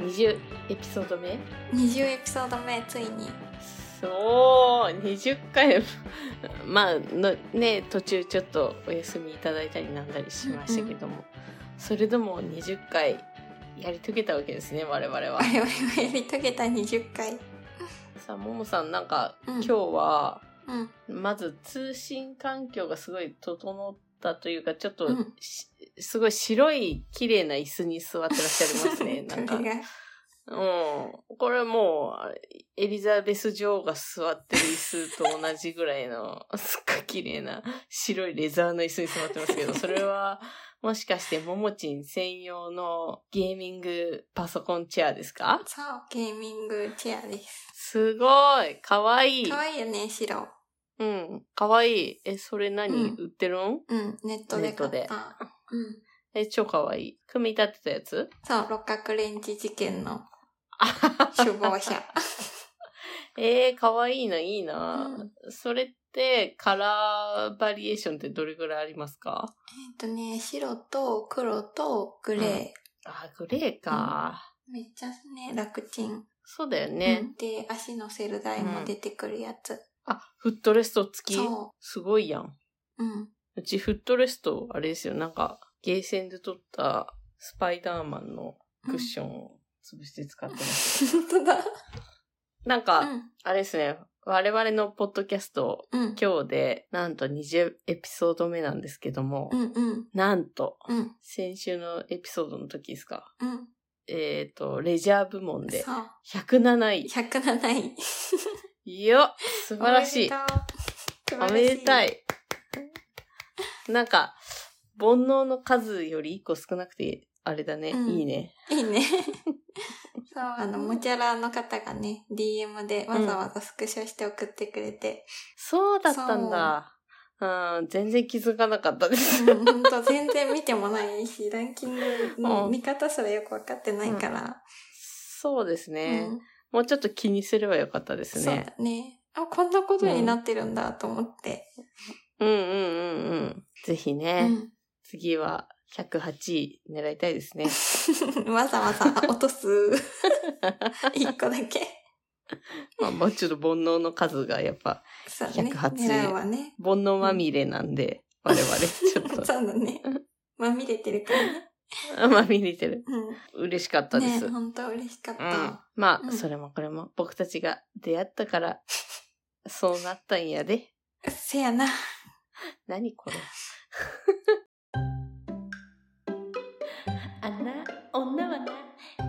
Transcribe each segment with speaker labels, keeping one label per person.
Speaker 1: 20エピソード目
Speaker 2: 20エピソード目ついに
Speaker 1: そう20回 まあのね途中ちょっとお休みいただいたりなんだりしましたけども、それでも20回やり遂げたわけですね我々は
Speaker 2: 我々がやり遂げた20回
Speaker 1: さあももさんなんか、
Speaker 2: うん
Speaker 1: 今日は
Speaker 2: うん
Speaker 1: まず通信環境がすごい整ったというかちょっと
Speaker 2: うん
Speaker 1: し、すごい白い綺麗な椅子に座ってらっしゃいます ねなん か
Speaker 2: 鳥が
Speaker 1: うん。これもうあれ、エリザベス女王が座ってる椅子と同じぐらいの、すっごい綺麗な白いレザーの椅子に座ってますけど、それは、もしかして、ももちん専用のゲーミングパソコンチェアですか
Speaker 2: そうゲーミングチェアです
Speaker 1: すごいかわいい
Speaker 2: 可愛いよね白
Speaker 1: うん。かわいい。え、それ何、
Speaker 2: うん
Speaker 1: 売ってるん
Speaker 2: うんネットで買
Speaker 1: ネ
Speaker 2: っ
Speaker 1: ット
Speaker 2: たうん
Speaker 1: え、超かわいい。組み立てたやつ
Speaker 2: そう六角レンチ事件の
Speaker 1: あはは
Speaker 2: 首謀 者
Speaker 1: えー、かわいいな、いいな。
Speaker 2: うん
Speaker 1: それって、カラーバリエーションってどれぐらいありますか
Speaker 2: えっとね白と黒とグレー、
Speaker 1: あ、グレーか。
Speaker 2: めっちゃね楽ちん
Speaker 1: そうだよね。
Speaker 2: で足のセル台も出てくるやつ、
Speaker 1: あ、フットレスト付き。
Speaker 2: そ
Speaker 1: すごいやん。
Speaker 2: ううん
Speaker 1: うちフットレスト、あれですよ、なんか、ゲーセンで撮ったスパイダーマンのクッションを潰して使ってます。
Speaker 2: 本当だ
Speaker 1: なんか、
Speaker 2: うん
Speaker 1: あれですね、我々のポッドキャスト、
Speaker 2: うん
Speaker 1: 今日で、なんと20エピソード目なんですけども、
Speaker 2: うんうん
Speaker 1: なんと、
Speaker 2: うん
Speaker 1: 先週のエピソードの時ですか、
Speaker 2: うん
Speaker 1: えっ、と、レジャー部門で
Speaker 2: そう
Speaker 1: 107位。
Speaker 2: 107位
Speaker 1: いや、素晴らしい。お
Speaker 2: お
Speaker 1: め
Speaker 2: め
Speaker 1: で
Speaker 2: で
Speaker 1: た
Speaker 2: たい
Speaker 1: い。なんか、煩悩の数より一個少なくて、あれだね、
Speaker 2: うん
Speaker 1: いいね。
Speaker 2: いいねそうあのもちゃらの方がね DM でわざわざスクショして送ってくれて、
Speaker 1: そうだったんだ。うん、全然気づかなかったです。
Speaker 2: うん、ほんと全然見てもないしランキングの
Speaker 1: うん
Speaker 2: 見方すらよく分かってないから、
Speaker 1: そうです
Speaker 2: うん
Speaker 1: ね、もうちょっと気にすればよかったです
Speaker 2: そう
Speaker 1: ね。
Speaker 2: だねあこんなことになってるんだと思って、
Speaker 1: うんうんうんうん。ぜひね、
Speaker 2: う
Speaker 1: 次は108位狙いたいですね。
Speaker 2: ん、わざわざ落 とす一個だけ
Speaker 1: まあ、もうちょっと煩悩の数がやっぱ、
Speaker 2: そうね
Speaker 1: 108
Speaker 2: 狙うわね
Speaker 1: 煩悩まみれなんで、我 々、ちょっ
Speaker 2: そう
Speaker 1: と、
Speaker 2: だねまみれてるからね
Speaker 1: まみれてる。
Speaker 2: う
Speaker 1: 嬉しかった
Speaker 2: ん
Speaker 1: です。
Speaker 2: ね本当嬉しかった、
Speaker 1: うん、まあ、
Speaker 2: うん
Speaker 1: それもこれも僕たちが出会ったから そうなったんやで
Speaker 2: せやな
Speaker 1: 何これ あんな女はな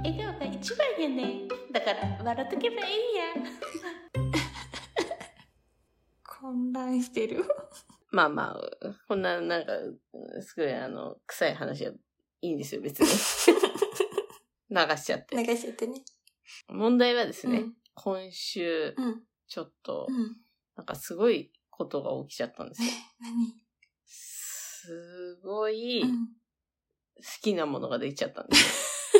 Speaker 1: 笑顔が一番やねだから笑っとけばいいや
Speaker 2: 混乱してる
Speaker 1: まあまあこんななんかすごいあの臭い話はいいんですよ別 に流しちゃって
Speaker 2: 流しちゃってね
Speaker 1: 問題はです
Speaker 2: うん
Speaker 1: ね、今週
Speaker 2: うん
Speaker 1: ちょっと
Speaker 2: うん
Speaker 1: なんかすごいことが起きちゃったんですよ
Speaker 2: 何
Speaker 1: すごい
Speaker 2: うん
Speaker 1: 好きなものができちゃったん です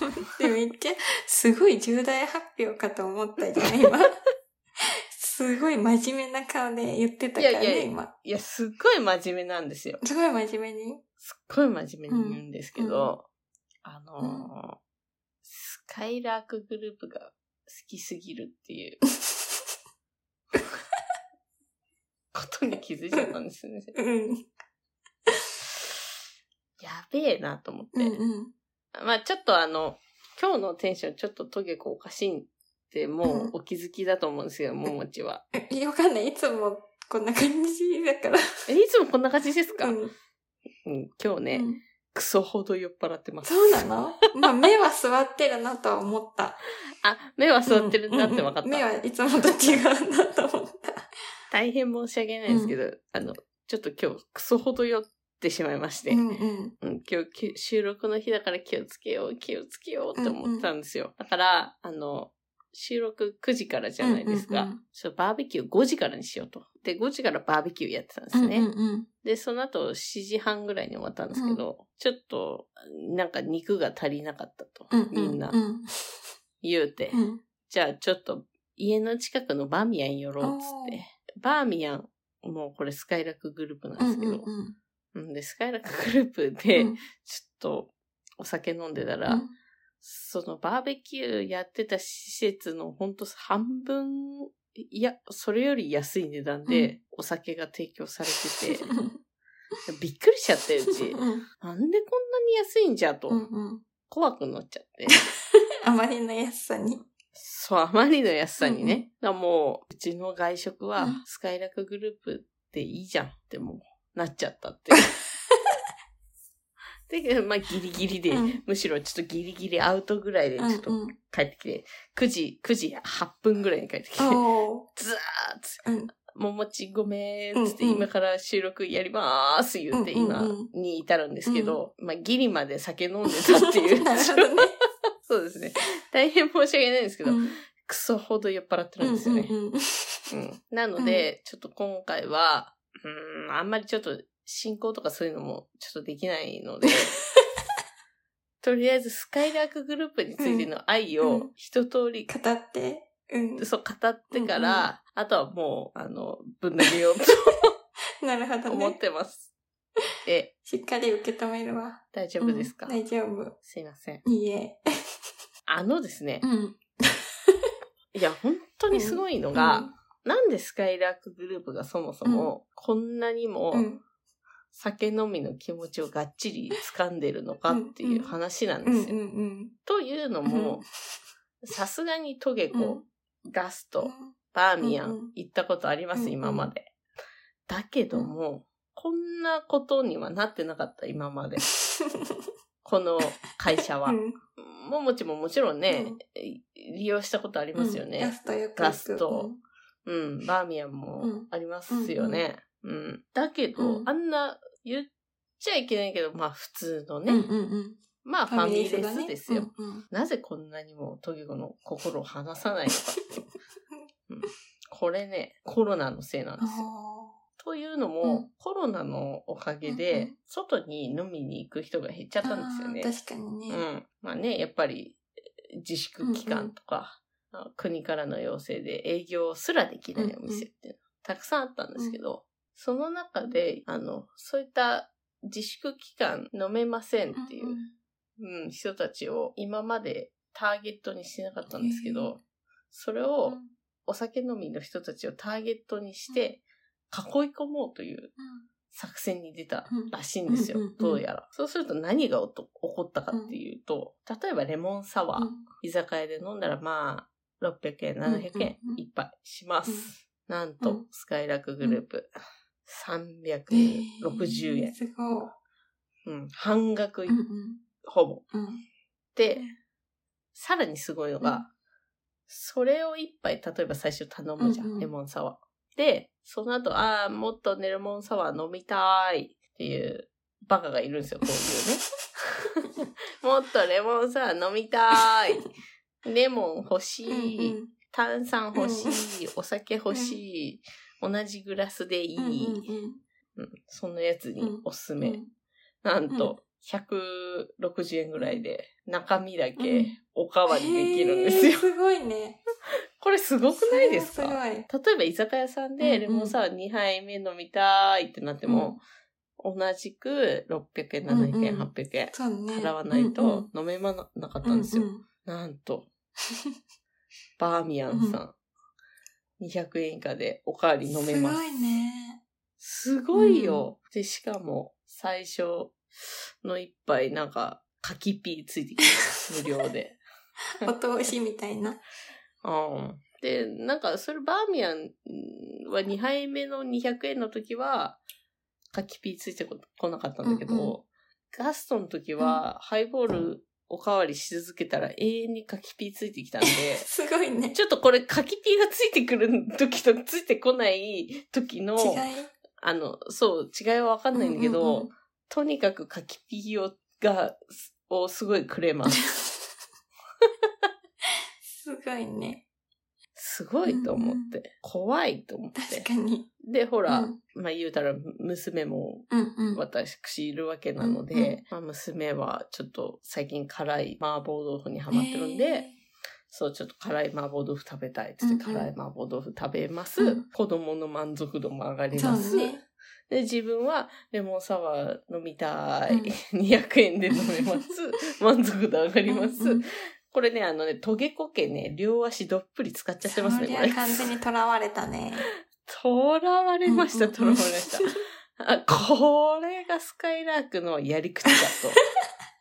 Speaker 1: よ。
Speaker 2: でめっちゃすごい重大発表かと思ったじゃん 今すごい真面目な顔で言ってたからね
Speaker 1: いやいや
Speaker 2: 今
Speaker 1: いや、すっごい真面目なんですよ。
Speaker 2: すごい真面目 に
Speaker 1: すっごい真面目に言うんですけど、あのースカイラークグループが好きすぎるっていうことに気づいちゃったんです よね。
Speaker 2: うん
Speaker 1: やべえなと思って。
Speaker 2: うんうん
Speaker 1: まあちょっとあの、今日のテンションちょっとトゲコおかしいんで、もうお気づきだと思うんですけど、ももちは。
Speaker 2: えわかんない。いつもこんな感じだから。
Speaker 1: え、いつもこんな感じですか、
Speaker 2: うん
Speaker 1: うん、今日ね、
Speaker 2: うん
Speaker 1: クソほど酔っ払ってます。
Speaker 2: そうなのまあ、目は座ってるなとは思った。
Speaker 1: あ、目は 座ってるなって分かった。
Speaker 2: うん目はいつもと違うなと思った。
Speaker 1: 大変申し訳ないですけど、あの、ちょっと今日クソほど酔ってしまいまして、
Speaker 2: う
Speaker 1: うん
Speaker 2: んうん。
Speaker 1: 今日き収録の日だから気をつけよう、気をつけようって思ったんですよ。だから、あの、収録9時からじゃないですか。
Speaker 2: うんうんうん
Speaker 1: ちょっとバーベキュー5時からにしようと。で、5時からバーベキューやってたんで
Speaker 2: う
Speaker 1: す
Speaker 2: ん
Speaker 1: ね。
Speaker 2: うん
Speaker 1: で、その後7時半ぐらいに終わったんですけど、ちょっと、なんか肉が足りなかったと。
Speaker 2: うん。
Speaker 1: みんな
Speaker 2: ううん
Speaker 1: 言うて。
Speaker 2: うん。
Speaker 1: じゃあちょっと家の近くのバーミヤン寄ろうっつって。バーミヤン、もうこれスカイラックグループなんで
Speaker 2: うんう
Speaker 1: すけど。
Speaker 2: んうん。
Speaker 1: うんで、スカイラックグループで、ちょ
Speaker 2: うん
Speaker 1: っとお酒飲んでたら、そのバーベキューやってた施設のほんと半分、いや、それより安い値段
Speaker 2: う
Speaker 1: でお酒が提供されてて、
Speaker 2: う
Speaker 1: びっくりしちゃって、う ち。なん
Speaker 2: ん
Speaker 1: でこんなに安いんじゃと、
Speaker 2: うんうん。
Speaker 1: 怖くなっちゃって。
Speaker 2: あまりの安さに。
Speaker 1: そう、あまりの安さに
Speaker 2: うん
Speaker 1: ね。だからもう、うちの外食は
Speaker 2: うん
Speaker 1: スカイラクグループでいいじゃんってもう、な っちゃったっていう。で、まあギリギリで、
Speaker 2: うん
Speaker 1: むしろちょっとギリギリアウトぐらいでち
Speaker 2: うん
Speaker 1: ょっと
Speaker 2: うん。
Speaker 1: 帰ってきて、9時、9時8分ぐらいに帰ってきて、
Speaker 2: おー
Speaker 1: ずーっつ
Speaker 2: うん
Speaker 1: ももちごめんっつって、
Speaker 2: うんうん
Speaker 1: 今から収録やりまーす言って、
Speaker 2: うんうん
Speaker 1: 今
Speaker 2: うん
Speaker 1: に至るんですけど、まあギリまで酒飲んでたっていう
Speaker 2: な。るほどね。
Speaker 1: そうですね。大変申し訳ないんですけど、
Speaker 2: うん
Speaker 1: クソほど酔っ払って
Speaker 2: う
Speaker 1: るん
Speaker 2: ん
Speaker 1: ですよね。
Speaker 2: うんうん
Speaker 1: うんなので、ちょっと今回は、うーん、あんまりちょっと進行とかそういうのもちょっとできないの で、とりあえずスカイラークグループについての愛
Speaker 2: う
Speaker 1: を
Speaker 2: ん
Speaker 1: 一通り、
Speaker 2: 語って。うん。
Speaker 1: そう語ってから、
Speaker 2: うん
Speaker 1: あとはもう、あの、ぶん投げよう
Speaker 2: なるほ
Speaker 1: と
Speaker 2: ど
Speaker 1: 思っ
Speaker 2: ね。
Speaker 1: てます。え、
Speaker 2: しっかり受け止めるわ。
Speaker 1: 大丈夫ですか、
Speaker 2: うん大丈夫。
Speaker 1: すいません。
Speaker 2: いいえ。
Speaker 1: あのですね、
Speaker 2: ん。
Speaker 1: いや、本当にすごいのが、なんでスカイラークグループがそもそも、こんなにも、
Speaker 2: うん、うん。
Speaker 1: 酒飲みの気持ちをがっちり掴んでるのかっていう話なんで
Speaker 2: う
Speaker 1: す
Speaker 2: ん
Speaker 1: よ。
Speaker 2: うん
Speaker 1: というの
Speaker 2: う
Speaker 1: も、さすがにトゲ
Speaker 2: う
Speaker 1: コ、
Speaker 2: ん。
Speaker 1: ガス
Speaker 2: う
Speaker 1: ト
Speaker 2: ん、
Speaker 1: バーミヤ
Speaker 2: うんう
Speaker 1: ン
Speaker 2: ん
Speaker 1: 行ったことあります、
Speaker 2: うんうん
Speaker 1: 今まで。だけども、こんなことにはなってなかった、今まで。この会社は。
Speaker 2: うん
Speaker 1: ももちももちろんね、利用したことありますよ
Speaker 2: うんガ
Speaker 1: ね。
Speaker 2: ストよく行く
Speaker 1: ガスト。うん、バーミヤンも
Speaker 2: うん
Speaker 1: ありますよね。うん。だけど
Speaker 2: う、ん
Speaker 1: あんな言っちゃいけないけど、まあ普通の
Speaker 2: うん
Speaker 1: ね
Speaker 2: う、んうん。
Speaker 1: まあ、ファミリーレ
Speaker 2: だね
Speaker 1: スですよ。。
Speaker 2: うんうん
Speaker 1: なぜこんなにもトゲコの心を離さないのかっていう、 うんこれね、コロナのせいなんですよ。というのも、
Speaker 2: うん
Speaker 1: コロナのおかげ
Speaker 2: うんう
Speaker 1: で
Speaker 2: ん、
Speaker 1: 外に飲みに行く人が減っちゃったんですよね
Speaker 2: あー。確かに
Speaker 1: う
Speaker 2: ね。
Speaker 1: ん。まあね、やっぱり自粛期間とか、あ国からの要請で営業すらできないお店っていうのたくさんあったんですけど、その中で、あの、そういった自粛期間飲めませんっていう、うん、人たちを今までターゲットにしてなかったんですけ
Speaker 2: へ
Speaker 1: ど、それ
Speaker 2: うん。
Speaker 1: を
Speaker 2: うん
Speaker 1: お酒飲みの人たちをターゲットにして囲い込もうという作戦に出たらしいんですよ
Speaker 2: うんうんうん、
Speaker 1: どうやら。そうすると何がおと起こったかっていうと、例えばレモンサワ
Speaker 2: う
Speaker 1: ー、
Speaker 2: ん
Speaker 1: 居酒屋で飲んだらまあ、600円、700円
Speaker 2: うんうんうん
Speaker 1: いっぱいします。なん
Speaker 2: う
Speaker 1: と
Speaker 2: ん、
Speaker 1: スカイラックグループ、360
Speaker 2: えー
Speaker 1: 円。
Speaker 2: すごい。
Speaker 1: うん、半額
Speaker 2: うんうん
Speaker 1: ほぼ。
Speaker 2: うん
Speaker 1: で、さらにすごいのが、
Speaker 2: うん
Speaker 1: それを一杯、例えば最初頼むじゃん、
Speaker 2: うんうん
Speaker 1: レモンサワー。で、その後、ああ、もっとね、レモンサワー飲みたいっていうバカがいるん ですよ、こういうね。 もっとレモンサワー飲みたい。レモン欲し
Speaker 2: うん
Speaker 1: い。
Speaker 2: うん
Speaker 1: 炭酸欲しい。お酒欲しい。同じグラスでいい。うんそんなやつにおすす
Speaker 2: うんうんうん
Speaker 1: め。なん
Speaker 2: う
Speaker 1: と、160円ぐらいで、中身だ
Speaker 2: う
Speaker 1: け
Speaker 2: ん
Speaker 1: おかわりできるんです
Speaker 2: へー
Speaker 1: よ。
Speaker 2: すごいね。
Speaker 1: これすごくないです
Speaker 2: それ
Speaker 1: か
Speaker 2: はすごい。
Speaker 1: 例えば居酒屋さん
Speaker 2: うんう
Speaker 1: で
Speaker 2: ん
Speaker 1: レモンサワー2杯目飲みたいってなっても、同じく600円、700円、
Speaker 2: うんうん
Speaker 1: 800円
Speaker 2: そうね。
Speaker 1: 払わないと飲めまなかったんですよ。
Speaker 2: うんうん
Speaker 1: なんと、バーミヤンさん、200円以下でおかわり飲めます
Speaker 2: すごいね。
Speaker 1: すごいよ。で、しかも、最初の一杯、なんか、柿ピーついてきて、無料で。
Speaker 2: お通しみたいな。
Speaker 1: うん。で、なんか、それ、バーミヤンは2杯目の200円の時は、柿ピーついてこ来なかったんだけど、
Speaker 2: うんう
Speaker 1: ガストの時は、ハイボールおかわりし続けたら、永遠に柿ピーついてきたんで、
Speaker 2: すごいね。
Speaker 1: ちょっとこれ、柿ピーがついてくる時とついてこない時の、
Speaker 2: 違い。
Speaker 1: あの、そう、違いはわかんないんだけど、
Speaker 2: うんうんうん
Speaker 1: とにかく柿ピーを、が、すをすごいくれます。
Speaker 2: すごいね。
Speaker 1: すごいと思って。怖いと思っ
Speaker 2: 確
Speaker 1: て。
Speaker 2: かに。
Speaker 1: で、ほら、
Speaker 2: うん
Speaker 1: まあ言うたら、娘も
Speaker 2: うんうん。
Speaker 1: 私いるわけなので、
Speaker 2: うんうん
Speaker 1: まあ娘はちょっと最近辛い麻婆豆腐にハマってるんで、そう、ちょっと辛い麻婆豆腐食べたいっつって、
Speaker 2: うんうん
Speaker 1: 辛い麻婆豆腐食べます。
Speaker 2: うん
Speaker 1: 子供の満足度も上が
Speaker 2: えー
Speaker 1: り
Speaker 2: そ
Speaker 1: ま
Speaker 2: う
Speaker 1: す。
Speaker 2: ね。
Speaker 1: で、自分はレモンサワー飲みたい。200円 で飲め ます。満足度上がります。
Speaker 2: うんうん
Speaker 1: これね、あのね、トゲコケね、両足どっぷり使っちゃってますね、
Speaker 2: そり
Speaker 1: こ
Speaker 2: ゃ
Speaker 1: れ。
Speaker 2: 完全に囚われた ね。
Speaker 1: とらわれまし
Speaker 2: う
Speaker 1: た、
Speaker 2: んうん
Speaker 1: とらわれました。あ、これがスカイラークのやり口だ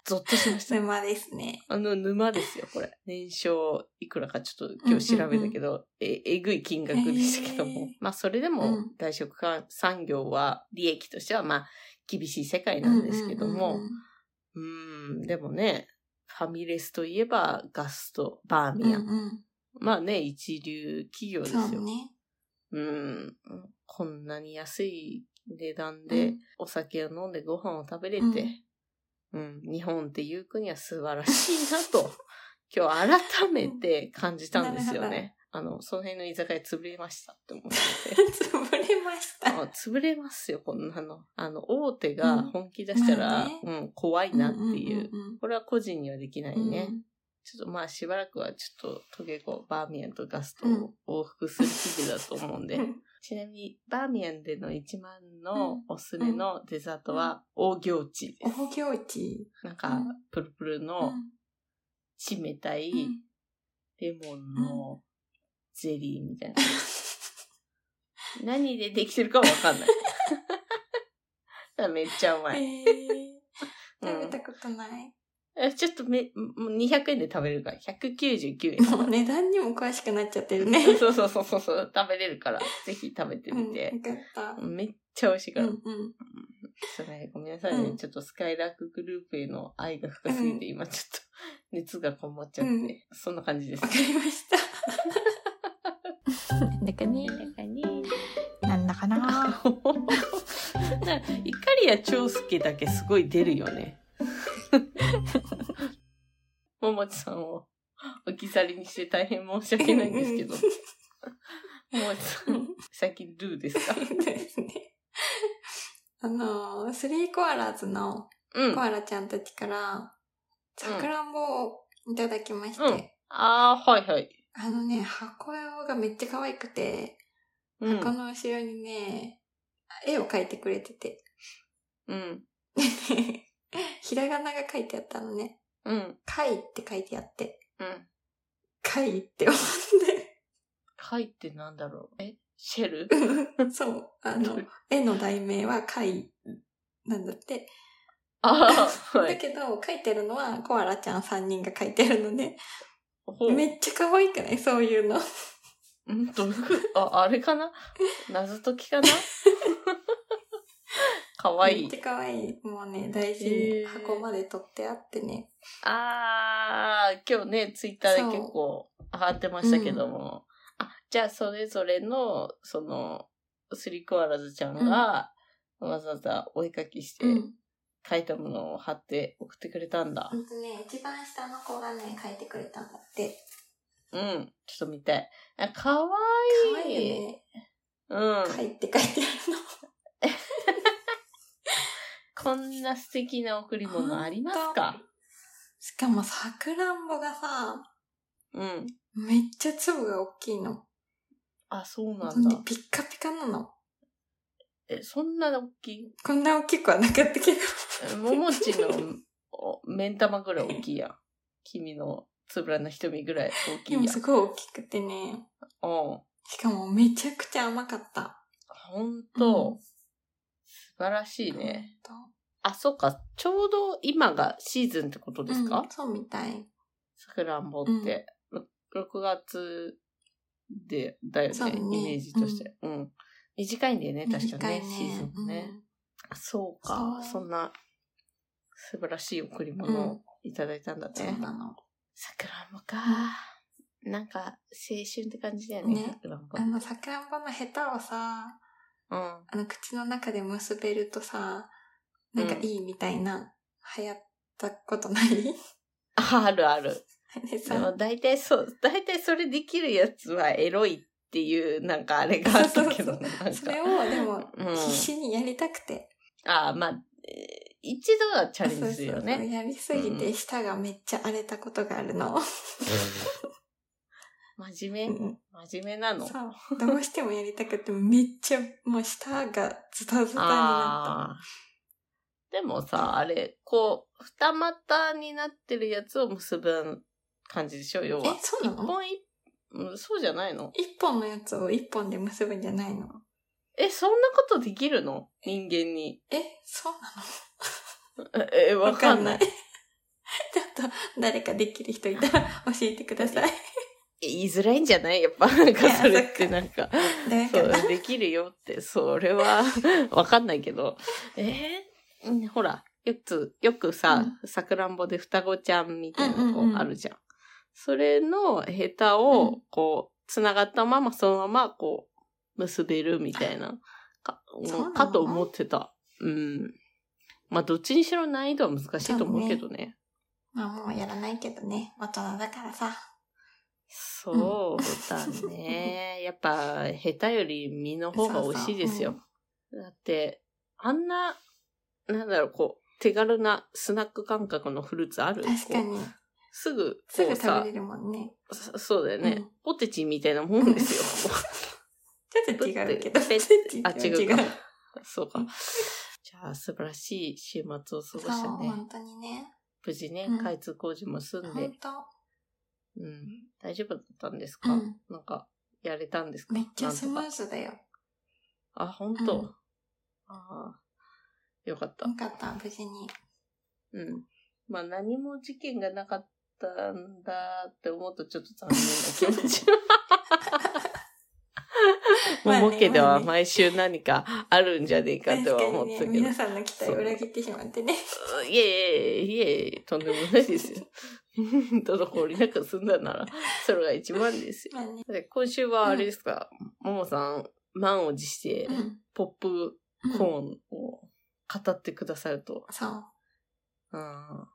Speaker 1: と、ゾッとしました。
Speaker 2: 沼ですね。
Speaker 1: あの、沼ですよ、これ。年商いくらかちょっと今日調べたけど、え、えぐい金額でしたけども。
Speaker 2: へー
Speaker 1: まあ、それで
Speaker 2: う
Speaker 1: も
Speaker 2: ん、
Speaker 1: 外食か産業は、利益としては、まあ、厳しい世界なんですけど
Speaker 2: うん
Speaker 1: も
Speaker 2: うんうん、
Speaker 1: うーん、でもね、ファミレスといえば、ガスト、バーミヤン。
Speaker 2: うんうん
Speaker 1: まあね、一流企業ですよ。
Speaker 2: そうね。
Speaker 1: うん。こんなに安い値段で
Speaker 2: うん
Speaker 1: お酒を飲んでご飯を食べれ
Speaker 2: うん
Speaker 1: て、うん、日本っていう国は素晴らしいな と、今日改めて感じたんですよ
Speaker 2: なる
Speaker 1: ね。あの、その辺の居酒屋潰れましたって思って
Speaker 2: 潰れました。
Speaker 1: あ潰れますよ、こんなの。あの、大手が本気出した
Speaker 2: まあ
Speaker 1: ら
Speaker 2: ね、
Speaker 1: うん、怖いなっていう。
Speaker 2: んん
Speaker 1: これは個人にはできない
Speaker 2: うんうん
Speaker 1: ね。ちょっとまあしばらくはちょっとトゲコ、バーミヤンとガストを往復する日々だと思うんで、
Speaker 2: うん
Speaker 1: ちなみに、バーミヤンでの一番のおすすめのデザートは、大行地で
Speaker 2: 大
Speaker 1: す。
Speaker 2: 行地。
Speaker 1: なん
Speaker 2: う
Speaker 1: か
Speaker 2: ん、
Speaker 1: プルプル
Speaker 2: う
Speaker 1: の、
Speaker 2: ん
Speaker 1: 冷たい
Speaker 2: うん
Speaker 1: レモンのゼリーみたいな。何でできてるかわか んない。だからめっちゃうまい。
Speaker 2: へー
Speaker 1: う
Speaker 2: 食べ
Speaker 1: ん
Speaker 2: たことない。
Speaker 1: えちょっとめ、もう200円で食べれるから、199円。
Speaker 2: もう値段にも詳しくなっちゃってるね。
Speaker 1: そうそうそうそうそう、食べれるから、ぜひ食べてみ
Speaker 2: う
Speaker 1: て。
Speaker 2: ん、よかった。
Speaker 1: めっちゃ美味しいか
Speaker 2: う
Speaker 1: ら
Speaker 2: ん、うん。
Speaker 1: そうね、ごめんなさいね。
Speaker 2: うん
Speaker 1: ちょっとスカイラークグループへの愛が深すぎて、今ちょっと熱がこもっちゃって、
Speaker 2: うん
Speaker 1: そんな感じです
Speaker 2: わ。かりました。
Speaker 3: なんだかね
Speaker 1: なんかね
Speaker 3: なんだかな
Speaker 1: なんかイカリア長介だけすごい出るよね。ももちさんを置き去りにして大変申し訳ないんですけど。ももちさん、最近ルーですか
Speaker 2: ですね。あのー、スリーコアラーズの
Speaker 1: うん。
Speaker 2: コ
Speaker 1: あ
Speaker 2: アラちゃんたちから、さくらんぼをいただきまして、
Speaker 1: うんあー、はいはい。
Speaker 2: あのね、箱がめっちゃ可愛くて、
Speaker 1: うん。
Speaker 2: この後ろにね、絵を描いてくれてて、
Speaker 1: うん。
Speaker 2: ひらがなが書いてあったのね。
Speaker 1: うん。
Speaker 2: 貝って書いてあって、
Speaker 1: うん。
Speaker 2: 貝って思っ
Speaker 1: 貝ってなんだろうえシェル
Speaker 2: て、そう、あ の、絵の題名は貝なんだって。
Speaker 1: ああ、は
Speaker 2: だ
Speaker 1: い。
Speaker 2: けど、書いてるのはコアラちゃん3人が書いてるので、
Speaker 1: ほう
Speaker 2: めっちゃ可愛くないそういうの。
Speaker 1: うんどういうことあ、あれかな謎解きか なかわい
Speaker 2: めっ
Speaker 1: い
Speaker 2: ち。ゃ可愛い。もうね、大事
Speaker 1: へー
Speaker 2: に箱まで取ってあってね。
Speaker 1: あー、今日ね、ツイッターで
Speaker 2: そう
Speaker 1: 結構上がってましたけども。あ、じゃあそれぞれの、その、スリコアラズちゃんが、わざわざお絵かきして、
Speaker 2: うん。
Speaker 1: 書いたものを貼って送ってくれたんだ
Speaker 2: ほ。んとね、一番下の子がね、書いてくれたんだって。
Speaker 1: うん。ちょっと見たい。あ、かわ
Speaker 2: 可
Speaker 1: いい。
Speaker 2: 愛いよね。
Speaker 1: うん。
Speaker 2: 貝って書いてあ
Speaker 1: こんな素敵な贈り
Speaker 2: るの。
Speaker 1: 物ありますか
Speaker 2: ほんとしかも、さくらんぼがさ、
Speaker 1: うん。
Speaker 2: めっちゃ粒が大きいの。
Speaker 1: あ、そうな
Speaker 2: ほ
Speaker 1: ん
Speaker 2: んで
Speaker 1: だ。
Speaker 2: ピッカピカなの。
Speaker 1: え、そんな大きい
Speaker 2: こんな大きくはなかったけど。
Speaker 1: ももちのお目ん玉ぐらい大き いやん。君のつぶらな瞳ぐらい大きい
Speaker 2: で
Speaker 1: やん。う
Speaker 2: も
Speaker 1: ん。
Speaker 2: すごい大きくてね。
Speaker 1: ほ
Speaker 2: しかもめちゃくちゃ甘かった。
Speaker 1: んと、
Speaker 2: うん
Speaker 1: 素晴らしいね。
Speaker 2: ほんと
Speaker 1: あ、そうか。ちょうど今がシーズンってことですか、
Speaker 2: うんそうみたい。
Speaker 1: さくらんぼって。6月で、だよ
Speaker 2: そう
Speaker 1: ね。
Speaker 2: ね
Speaker 1: イメージとして。うん。短いんだよね、確か
Speaker 2: 短い
Speaker 1: ね。シーズンもね。あそうか。
Speaker 2: そう
Speaker 1: そんな、素晴らしい贈り物をいただいたんだね。
Speaker 2: うん、そうなの。
Speaker 1: 桜もか。なんか、青春って感じだよね、
Speaker 2: ね
Speaker 1: 桜も
Speaker 2: あの、さくらんぼのヘタをさ、
Speaker 1: か。
Speaker 2: あの、口の中で結べるとさ、なんかいいみたいな、流行ったことない
Speaker 1: うん。あるある。
Speaker 2: あれ
Speaker 1: で
Speaker 2: さ、
Speaker 1: も大体そう、大体それできるやつはエロいっていう、なんかあれがあったけど、なん
Speaker 2: それ
Speaker 1: か。
Speaker 2: を、でも、
Speaker 1: うん
Speaker 2: 必死にやりたくて。
Speaker 1: ああ、まあ、えー一度はチャレンジするよ
Speaker 2: そうそうそう
Speaker 1: ね。
Speaker 2: やりすぎて舌がめっちゃ荒れたことがあるの。
Speaker 1: 真
Speaker 2: う
Speaker 1: 面目
Speaker 2: ん
Speaker 1: 真面目なの
Speaker 2: そう。どうしてもやりたくて、めっちゃもう舌がズタズタになっ
Speaker 1: ああー。でもさ、あれ、こう、二股になってるやつを結ぶ感じでしょ要
Speaker 2: た。え
Speaker 1: は。、
Speaker 2: そうな
Speaker 1: 一
Speaker 2: の
Speaker 1: 本一うんそうじゃないの
Speaker 2: 一本のやつを一本で結ぶんじゃないの
Speaker 1: え、そんなことできるの人間に。
Speaker 2: え、そうな
Speaker 1: え、
Speaker 2: の
Speaker 1: わかんない。
Speaker 2: わちょっと、誰かできる人いたら教えてください。
Speaker 1: え言いづらいんじゃないやっぱ、なんかそれっ
Speaker 2: い
Speaker 1: て
Speaker 2: や
Speaker 1: なんか、
Speaker 2: 誰か
Speaker 1: そ
Speaker 2: な
Speaker 1: う、できるよって、それは、 わかんないけど。えーうんほら、よく、よくさ、さくらんぼで双子ちゃんみたいな
Speaker 2: うんうんう
Speaker 1: の
Speaker 2: ん
Speaker 1: あるじゃん。それのヘタを、
Speaker 2: うん
Speaker 1: こう、つながったまま、そのまま、こう、結べるみたいな、か、
Speaker 2: そうなの
Speaker 1: かと思ってた。うん。まあ、どっちにしろ難易度は難しいと思うけどね。
Speaker 2: まあもうやらないけどね。大人だからさ。
Speaker 1: そうだね。やっぱ、下手より身の方が美味しいですよ。だって、あんな、なんだろう、こう、手軽なスナック感覚のフルーツある
Speaker 2: 確か
Speaker 1: こう
Speaker 2: に。
Speaker 1: すぐ、こ
Speaker 2: すぐ
Speaker 1: う
Speaker 2: 食
Speaker 1: さ
Speaker 2: べれるもんね。
Speaker 1: そそうだよね、
Speaker 2: うん
Speaker 1: ポテチみたいなもん ですよ。
Speaker 2: ちょっと違うけど。
Speaker 1: ペッ
Speaker 2: ちょっと
Speaker 1: あ、違うか
Speaker 2: 違う。。
Speaker 1: そうか。じゃあ、素晴らしい週末を過ごし
Speaker 2: そう、
Speaker 1: たね。
Speaker 2: 本当にね。
Speaker 1: 無事ね
Speaker 2: う、ん
Speaker 1: 開通工事も済んで
Speaker 2: 本、当。
Speaker 1: うん、大丈夫だったんですか、
Speaker 2: うん
Speaker 1: なんか、やれたんですか
Speaker 2: めっちゃスム
Speaker 1: なんとか
Speaker 2: ーズだよ。
Speaker 1: あ、本当、
Speaker 2: うん
Speaker 1: ああ、よかった
Speaker 2: よ。かった、無事に。
Speaker 1: うん。まあ何も事件がなかったんだって思うとちょっと残念な気持ち。
Speaker 2: まあね
Speaker 1: もも家で
Speaker 2: まあ
Speaker 1: は
Speaker 2: ね
Speaker 1: 毎週何かあるんじゃねえか
Speaker 2: 確
Speaker 1: と
Speaker 2: か
Speaker 1: は思っ
Speaker 2: に
Speaker 1: たけど。
Speaker 2: ね、皆さんの期待を裏切ってしまってね。
Speaker 1: いえいえいえいえ、とんでもないですよ。 滞りなく済んだなら、それが一番ですよ。
Speaker 2: まあね。
Speaker 1: で今週はあれですか、ももさん、満を持して
Speaker 2: う、ん。
Speaker 1: ポップコーンを語ってくださると。
Speaker 2: そう。
Speaker 1: うん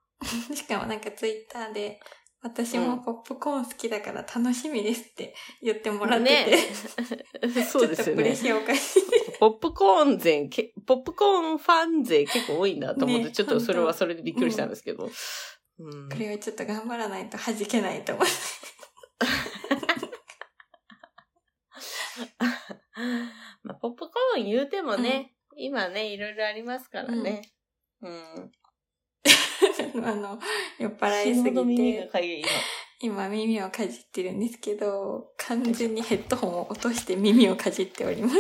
Speaker 2: しかもなんかツイッターで、私もポップコーン好きだから楽しみですって言ってもらってて、
Speaker 1: ねそうですよ
Speaker 2: ちょっと
Speaker 1: ね
Speaker 2: 嬉。しいお返し。
Speaker 1: ポップコーン勢、けポップコーンファン勢結構多いんだと思って、
Speaker 2: ね
Speaker 1: ちょっとそれはそれでびっくりしたんですけど。うん
Speaker 2: これはちょっと頑張らないと弾けないと思う。
Speaker 1: まあ、ポップコーン言うてもね、今ね、いろいろありますからね。うん。
Speaker 2: あの、酔っ払いす
Speaker 1: 紐の
Speaker 2: ぎ
Speaker 1: 耳が
Speaker 2: て、
Speaker 1: かゆい、今。
Speaker 2: 今耳をかじってるんですけど、完全にヘッドホンを落として耳をかじっております。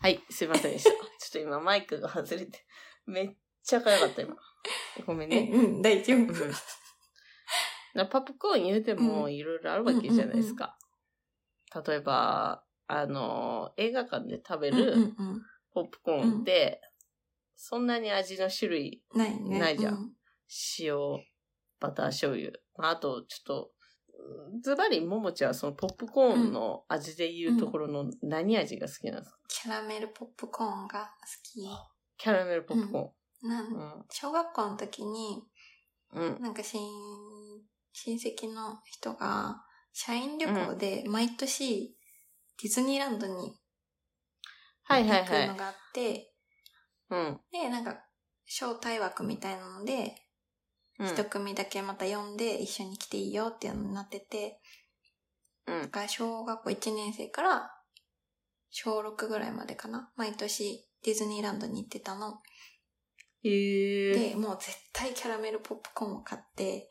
Speaker 1: はい、すいませんでした。ちょっと今マイクが外れて。めっちゃかゆかった、今。ごめん
Speaker 2: え、
Speaker 1: ね。
Speaker 2: うん、大丈
Speaker 1: うん
Speaker 2: 夫。
Speaker 1: なポップコーン言うてもいろいろあるわけじゃないですか。例えば、あの、映画館で食べ
Speaker 2: うん
Speaker 1: る、
Speaker 2: うんうん。
Speaker 1: ポップコーンって、そんなに味の種類、
Speaker 2: ないね。
Speaker 1: ないじゃん
Speaker 2: う。
Speaker 1: 塩、バター醤油。まあ、あと、ちょっと、ズバリ、ももちはそのポップコーンの味で言うところの何味が好きなんですか、
Speaker 2: キャラメルポップコーンが好
Speaker 1: キャラメルポップコ
Speaker 2: き。な
Speaker 1: ーン。うんん。
Speaker 2: 小学校の時に、
Speaker 1: うん。
Speaker 2: なんか親、親戚の人が、社員旅行で毎年、ディズニーランドに
Speaker 1: はいはい
Speaker 2: 行く
Speaker 1: は
Speaker 2: の
Speaker 1: い。
Speaker 2: があって、
Speaker 1: うん。
Speaker 2: で、なんか、招待枠みたいなので、
Speaker 1: うん
Speaker 2: 一、組だけまた呼んで一緒に来ていいよっていうのになってて、
Speaker 1: うん
Speaker 2: だから小学校1年生から小6ぐらいまでかな。毎年ディズニーランドに行ってたの。
Speaker 1: へえ。
Speaker 2: で、もう絶対キャラメルポップコーンを買って、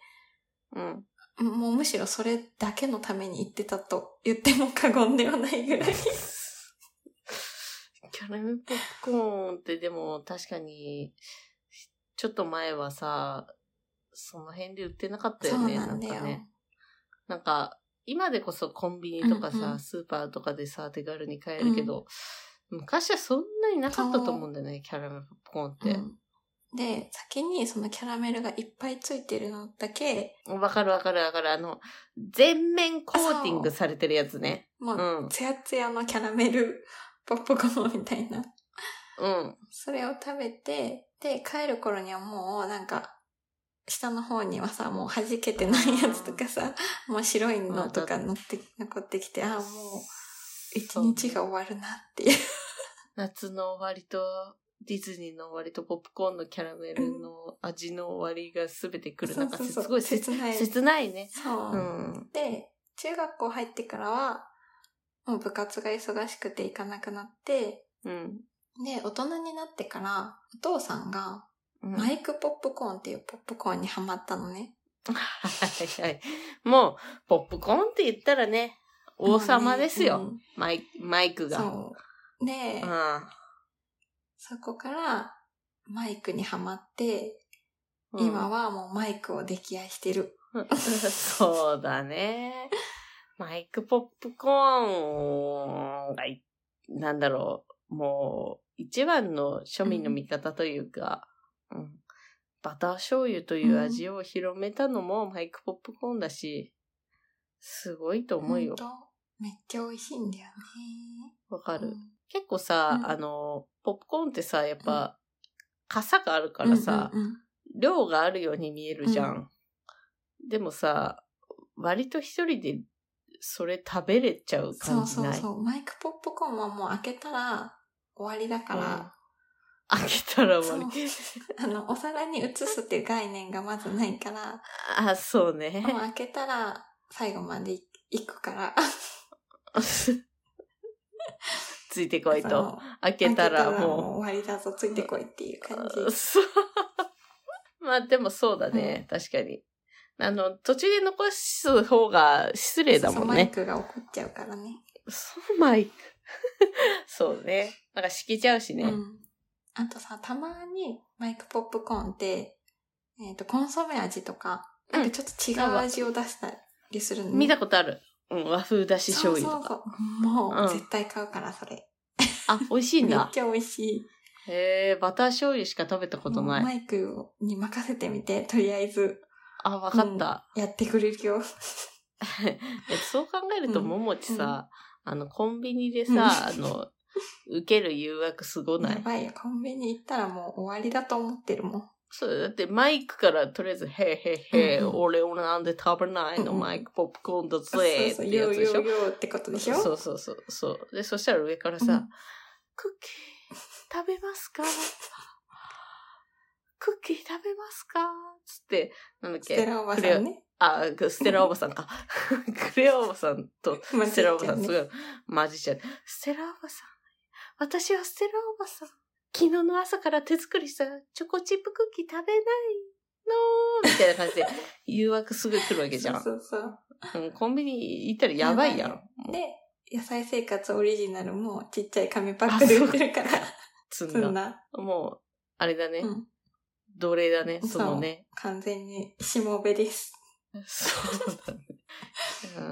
Speaker 1: うん。
Speaker 2: もうむしろそれだけのために行ってたと言っても過言ではないぐらい。
Speaker 1: キャラメルポップコーンってでも確かに、ちょっと前はさ、その辺で売ってなかった
Speaker 2: そ
Speaker 1: よ
Speaker 2: う
Speaker 1: ね、
Speaker 2: なんだよ
Speaker 1: か。ね。なんか、今でこそコンビニとかさ、
Speaker 2: うんうん
Speaker 1: スーパーとかでさ、手軽に買えるけど、昔はそんなになかったと思うんだよね、キャラメルポップコーンって。
Speaker 2: うんで、先にそのキャラメルがいっぱいついてるのだけ、
Speaker 1: わ、かるわかるわかる。あの、全面コーティングされてるやつね。
Speaker 2: も
Speaker 1: う。
Speaker 2: うんツヤツヤのキャラメルポップコーンみたいな。
Speaker 1: うん。
Speaker 2: それを食べて、で、帰る頃にはもうなんか、下の方にはさ、もう弾けてないやつとかさ、もう白いのとか乗って、残ってきて、ああ、もう一日が終わるなっていう。
Speaker 1: 夏の終わりと、ディズニーの終わりと、ポップコーンのキャラメルの味の終わりが全て来る。なんか、
Speaker 2: そう
Speaker 1: す
Speaker 2: そうそう
Speaker 1: ごい切
Speaker 2: 切ない。
Speaker 1: 切ないね。
Speaker 2: そう
Speaker 1: う。ん。
Speaker 2: で、中学校入ってからは、もう部活が忙しくて行かなくなって、
Speaker 1: うん。
Speaker 2: で、大人になってから、お父さんが、
Speaker 1: うん
Speaker 2: マイクポップコーンっていうポップコーンにハマったのね。
Speaker 1: はいはい。もう、ポップコーンって言ったらね、王様ですよ。
Speaker 2: もうね
Speaker 1: マイマイク
Speaker 2: うん
Speaker 1: が。
Speaker 2: そう。で、そこから、マイクにハマって、
Speaker 1: うん、
Speaker 2: 今はもうマイクを溺愛してる。
Speaker 1: うん。そうだね。マイクポップコーンがい、なんだろう、もう、一番の庶民の味方というか、うん、バター醤油という味を広めたのもマイクポップコーンだし、すごいと思うよ。
Speaker 2: ほんとめっちゃ美味しいんだよね。
Speaker 1: わか
Speaker 2: あ
Speaker 1: る。結構さ、
Speaker 2: うん
Speaker 1: あの、ポップコーンってさ、やっぱ、傘があるからさ、
Speaker 2: うんうんうん
Speaker 1: 量があるように見えるじゃん。でもさ、割と一人でそれ食べれちゃう
Speaker 2: そ
Speaker 1: 感
Speaker 2: う
Speaker 1: じ
Speaker 2: そう
Speaker 1: ない。
Speaker 2: そう。マイクポップコーンはもう開けたら終わりだから、
Speaker 1: 開けたら終わり。
Speaker 2: そう。あの、お皿に移すっていう概念がまずないから、
Speaker 1: あ、そうね。
Speaker 2: もう開けたら最後までい行くから。
Speaker 1: ついてこい
Speaker 2: そ
Speaker 1: と。
Speaker 2: う
Speaker 1: 開けたら
Speaker 2: う
Speaker 1: も
Speaker 2: 終わりだぞ、ついてこいっていう感
Speaker 1: う。
Speaker 2: じ。
Speaker 1: そうまあでもそうだね。確かに。あの、途中で残す方が失礼だもん
Speaker 2: マイ
Speaker 1: ね。
Speaker 2: クが怒っちゃうからね。
Speaker 1: そう、マイク。 そうね。なんかしきちゃうしね。
Speaker 2: うん。あとさ、たまにマイクポップコーンって、えっ、と、コンソメ味とか、なんかちょっと違う味を出したりするのね、
Speaker 1: 見たことある。うん、和風だし醤油とか。
Speaker 2: そうそうそう。も
Speaker 1: うん
Speaker 2: う、絶対買うから、それ。
Speaker 1: あ、美味しいん
Speaker 2: めっ
Speaker 1: だ。
Speaker 2: ちゃ美味しい。
Speaker 1: へえ、バター醤油しか食べたこと
Speaker 2: もう
Speaker 1: な
Speaker 2: マ
Speaker 1: い。
Speaker 2: イクに任せてみて、とりあえず、
Speaker 1: あ、わかった。
Speaker 2: やってくれるよ。
Speaker 1: えそう考えると、
Speaker 2: うん
Speaker 1: ももちさ、あの、コンビニでさ、あの、受ける誘惑すごな
Speaker 2: や
Speaker 1: い。
Speaker 2: ばいよ。コンビニ行ったらもう終わりだと思ってるもん。
Speaker 1: そう、だってマイクからとりあえず、へえへえへえ、
Speaker 2: うんうん
Speaker 1: 俺をなんで食べないの、
Speaker 2: うんうん
Speaker 1: マイクポップコーンだ
Speaker 2: そう
Speaker 1: ぜ
Speaker 2: そ
Speaker 1: っ
Speaker 2: う、
Speaker 1: てや
Speaker 2: よ
Speaker 1: つ
Speaker 2: う
Speaker 1: でし
Speaker 2: よ
Speaker 1: ょ
Speaker 2: うようってことでしょ
Speaker 1: そうそうそうそう。で、そしたら上からさ、
Speaker 2: うん
Speaker 1: クッキー食べますか クッキー食べますかつって、なんだっ
Speaker 2: ステ
Speaker 1: け。
Speaker 2: ラおばさんね。
Speaker 1: あ、くステラおばさんか。 クレアおばさんと
Speaker 2: まあ
Speaker 1: ステラおばさん、
Speaker 2: ちっ
Speaker 1: す
Speaker 2: ち
Speaker 1: ご
Speaker 2: ゃいね
Speaker 1: い混じっちゃう。ステラおばさん。私はステラおばさん。昨日の朝から手作りしたチョコチップクッキー食べないのみたいな感じで、誘惑すぐ来るわけじゃん。
Speaker 2: そうそうそう。
Speaker 1: うん、コンビニ行ったらやばいや
Speaker 2: や
Speaker 1: ん。
Speaker 2: で、野菜生活オリジナルもちっちゃい紙パックで売ってるから、
Speaker 1: つ
Speaker 2: そん
Speaker 1: んだ。
Speaker 2: な、
Speaker 1: もう、あれだね。
Speaker 2: うん
Speaker 1: 奴隷だね、
Speaker 2: そう
Speaker 1: そのね。
Speaker 2: 完全にしもべです。
Speaker 1: そうだね。うー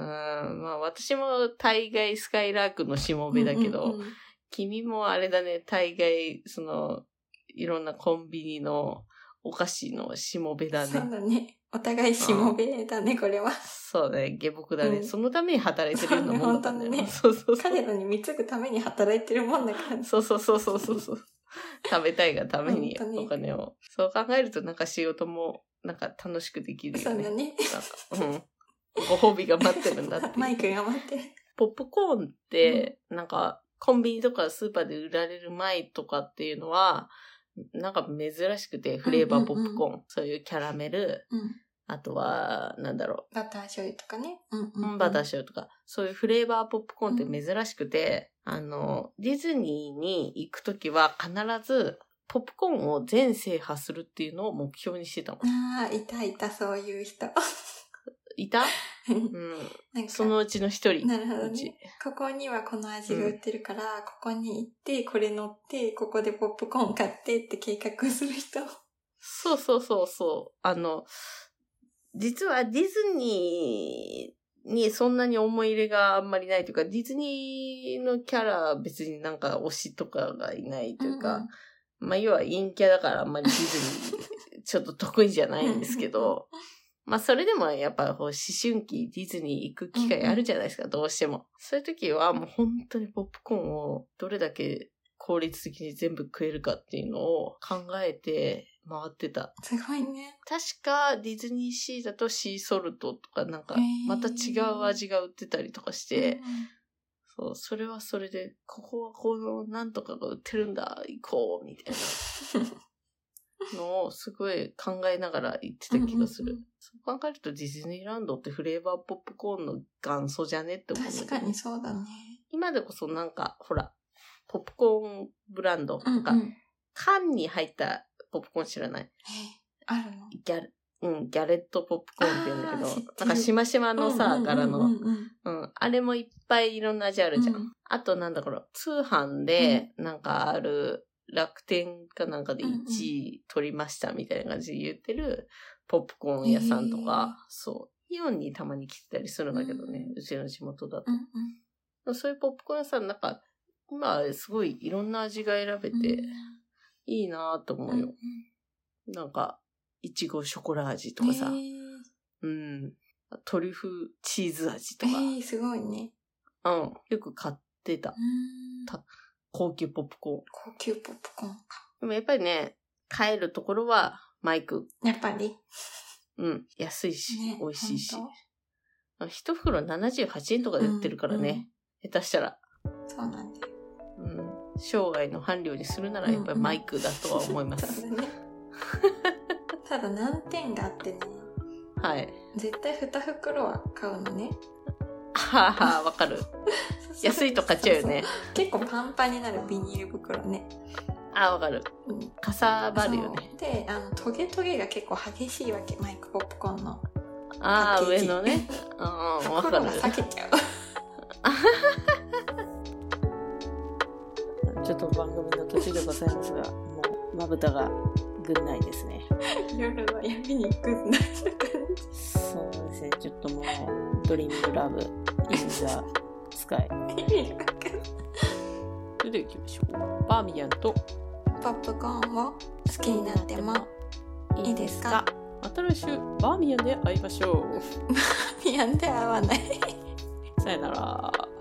Speaker 1: ん、まあ私も大概スカイラークのしもべだけど、
Speaker 2: うんうんうん
Speaker 1: 君もあれだね、大概、その、いろんなコンビニのお菓子のしもべだ
Speaker 2: そう
Speaker 1: ね。
Speaker 2: だね。お互いしもべだね、これは。
Speaker 1: そうだね、下僕だね。
Speaker 2: うん
Speaker 1: そのために働いてるようなもんだ
Speaker 2: そうね本当にね
Speaker 1: そうそうそう。
Speaker 2: 彼らに貢ぐために働いてるもんだからね。
Speaker 1: そうそうそうそうそうそう。食べたいがために
Speaker 2: 本当に
Speaker 1: お金を。そう考えるとなんか仕事もなんか楽しくできる
Speaker 2: そ
Speaker 1: よ
Speaker 2: う
Speaker 1: ね。
Speaker 2: だね。。
Speaker 1: なんかうん。ご褒美が待ってるんだっていう
Speaker 2: マイクが待ってる。
Speaker 1: ポップコーンって、なんか、コンビニとかスーパーで売られる前とかっていうのは、なんか珍しくて、フレーバーポップコーン、そういうキャラメル、
Speaker 2: うん。
Speaker 1: あとは、なんだろ
Speaker 2: バター醤油とかね。うん
Speaker 1: う、
Speaker 2: うん、うん。
Speaker 1: バター醤油とか、そういうフレーバーポップコーンって珍しくて、あの、ディズニーに行くときは必ず、ポップコーンを全制覇するっていうのを目標にしてたの。
Speaker 2: ああ、いたいた、そういう人。
Speaker 1: いた
Speaker 2: うん
Speaker 1: うん。
Speaker 2: なんか
Speaker 1: そのうちの一人。
Speaker 2: なるほど
Speaker 1: うち
Speaker 2: ね。ここにはこの味が売ってるから、ここに行って、これ乗って、ここでポップコーン買ってって計画す る人。
Speaker 1: そうそうそうそう。あの、実はディズニーにそんなに思い入れがあんまりないというか、ディズニーのキャラ別になんか推しとかがいないというか、まあ要は陰キャだからあんまりディズニ ーちょっと得意じゃないんですけど、まあそれでもやっぱこう思春期ディズニー行く機会あるじゃないですか、どうしても。そういう時はもう本当にポップコーンをどれだけ効率的に全部食えるかっていうのを考えて回ってた。
Speaker 2: すごいね。
Speaker 1: 確かディズニーシーだとシーソルトとかなんか
Speaker 2: へー
Speaker 1: また違う味が売ってたりとかして、そう、それはそれで、ここはこのなんとかが売ってるんだ、行こう、みたいな。のをすごい考えながら言ってた気がす
Speaker 2: うん
Speaker 1: る
Speaker 2: うん。
Speaker 1: そう考えるとディズニーランドってフレーバーポップコーンの元祖じゃねって思うんだけ
Speaker 2: 確
Speaker 1: ど
Speaker 2: かにそうだね。
Speaker 1: 今でこそなんか、ほら、ポップコーンブランド
Speaker 2: うん、う
Speaker 1: とか、
Speaker 2: ん。
Speaker 1: 缶に入ったポップコーン知らない
Speaker 2: え、あるの
Speaker 1: ギャル、うん、ギャレットポップコーンって言うんだけど
Speaker 2: あー知ってる、
Speaker 1: なんかしましまのさ、柄の、
Speaker 2: うんうんうんうん
Speaker 1: うん、あれもいっぱいいろんな味あるじゃん。
Speaker 2: うん
Speaker 1: あとなんだこれ、通販で、なんかある、楽天かなんかで1
Speaker 2: うんうん
Speaker 1: 位取りましたみたいな感じで言ってるポップコーン屋さんとか、そう、イオンにたまに来てたりするんだけどね、
Speaker 2: う
Speaker 1: うちの地元だと
Speaker 2: うんうん
Speaker 1: そういうポップコーン屋さん、なんか、今、すごいいろんな味が選べて、いいなと思うよ。なんか、いちごショコラ味とかさ、
Speaker 2: えー
Speaker 1: うん。トリュフチーズ味と
Speaker 2: え
Speaker 1: か、
Speaker 2: ー、すごいね。
Speaker 1: うん。よく買ってた。
Speaker 2: うん
Speaker 1: た高級ポップコ
Speaker 2: 高級ポップコーンか。
Speaker 1: ーン。でもやっぱりね、買えるところは、マイク、
Speaker 2: やっぱり。
Speaker 1: うん。安いし、
Speaker 2: ね、
Speaker 1: 美味しいし
Speaker 2: ほ。ん
Speaker 1: 一袋78円とかで売ってるからね。下手したら、
Speaker 2: と。そうなんだよ。
Speaker 1: うん。生涯の伴侶にするなら、やっぱりマイクだとは思います。
Speaker 2: そう だねただ難点があってね。
Speaker 1: はい。
Speaker 2: 絶対2袋は買うのね。
Speaker 1: はあはあ、わ かる。 安いと買っちゃうよね。
Speaker 2: そうそう。結構パンパンになるビニール袋ね。
Speaker 1: あ、わかる。
Speaker 2: うん
Speaker 1: かさばるよね。
Speaker 2: そうで、あの、トゲトゲが結構激しいわけ、マイクポップコーンの。
Speaker 1: ああ、
Speaker 2: パッケ
Speaker 1: 上
Speaker 2: ージ
Speaker 1: のね。うん、わか
Speaker 2: 袋
Speaker 1: る
Speaker 2: が。裂けちゃう。
Speaker 4: ちょっと番組の途中でございますが、もうまぶたがぐんないですね。
Speaker 2: 夜の闇に行く んだって感じ。
Speaker 4: そうですね、ちょっともう、ドリームラブ、インザ、スカイ。
Speaker 2: 意味がわかんない
Speaker 4: それでは行きましょう。バーミヤンと
Speaker 2: ポップコーンを好きになっても いいですか
Speaker 4: また来週、バーミヤンで会いましょ
Speaker 2: 病んで合わない。
Speaker 4: う。さよなら。